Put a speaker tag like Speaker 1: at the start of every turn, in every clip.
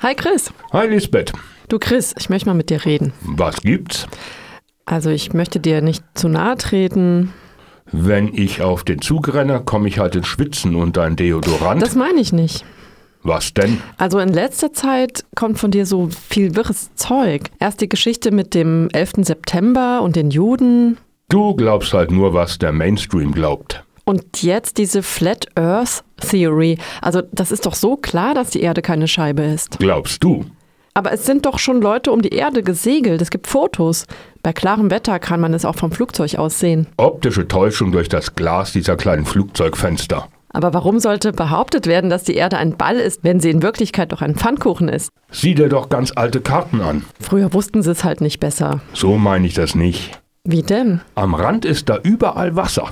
Speaker 1: Hi Chris.
Speaker 2: Hi Lisbeth.
Speaker 1: Du Chris, ich möchte mal mit dir reden.
Speaker 2: Was gibt's?
Speaker 1: Also ich möchte dir nicht zu nahe treten.
Speaker 2: Wenn ich auf den Zug renne, komme ich halt ins Schwitzen und ein Deodorant.
Speaker 1: Das meine ich nicht.
Speaker 2: Was denn?
Speaker 1: Also in letzter Zeit kommt von dir so viel wirres Zeug. Erst die Geschichte mit dem 11. September und den Juden
Speaker 2: Du glaubst halt nur, was der Mainstream glaubt.
Speaker 1: und jetzt diese Flat Earth Theory. Also das ist doch so klar, dass die Erde keine Scheibe ist.
Speaker 2: Glaubst du?
Speaker 1: Aber es sind doch schon Leute um die Erde gesegelt. Es gibt Fotos. Bei klarem Wetter kann man es auch vom Flugzeug aus sehen.
Speaker 2: Optische Täuschung durch das Glas dieser kleinen Flugzeugfenster.
Speaker 1: Aber warum sollte behauptet werden, dass die Erde ein Ball ist, wenn sie in Wirklichkeit doch ein Pfannkuchen ist?
Speaker 2: Sieh dir doch ganz alte Karten an.
Speaker 1: Früher wussten sie es halt nicht besser.
Speaker 2: So meine ich das nicht.
Speaker 1: Wie denn?
Speaker 2: Am Rand ist da überall Wasser.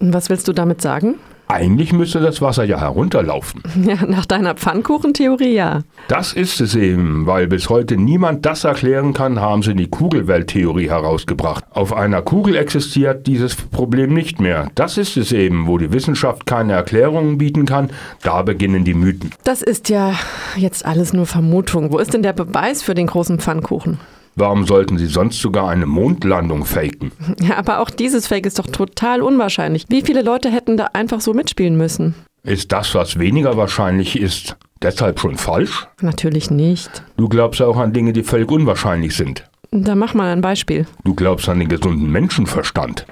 Speaker 1: Und Was willst du damit sagen?
Speaker 2: Eigentlich müsste das Wasser ja herunterlaufen.
Speaker 1: Ja, nach deiner Pfannkuchentheorie ja.
Speaker 2: Das ist es eben, weil bis heute niemand das erklären kann, haben sie die Kugelwelttheorie herausgebracht. Auf einer Kugel existiert dieses Problem nicht mehr. Das ist es eben, wo die Wissenschaft keine Erklärungen bieten kann, da beginnen die Mythen.
Speaker 1: Das ist ja jetzt alles nur Vermutung. Wo ist denn der Beweis für den großen Pfannkuchen?
Speaker 2: Warum sollten sie sonst sogar eine Mondlandung faken?
Speaker 1: Ja, aber auch dieses Fake ist doch total unwahrscheinlich. Wie viele Leute hätten da einfach so mitspielen müssen?
Speaker 2: Ist das, was weniger wahrscheinlich ist, deshalb schon falsch?
Speaker 1: Natürlich nicht.
Speaker 2: Du glaubst auch an Dinge, die völlig unwahrscheinlich sind.
Speaker 1: Da mach mal ein Beispiel.
Speaker 2: Du glaubst an den gesunden Menschenverstand.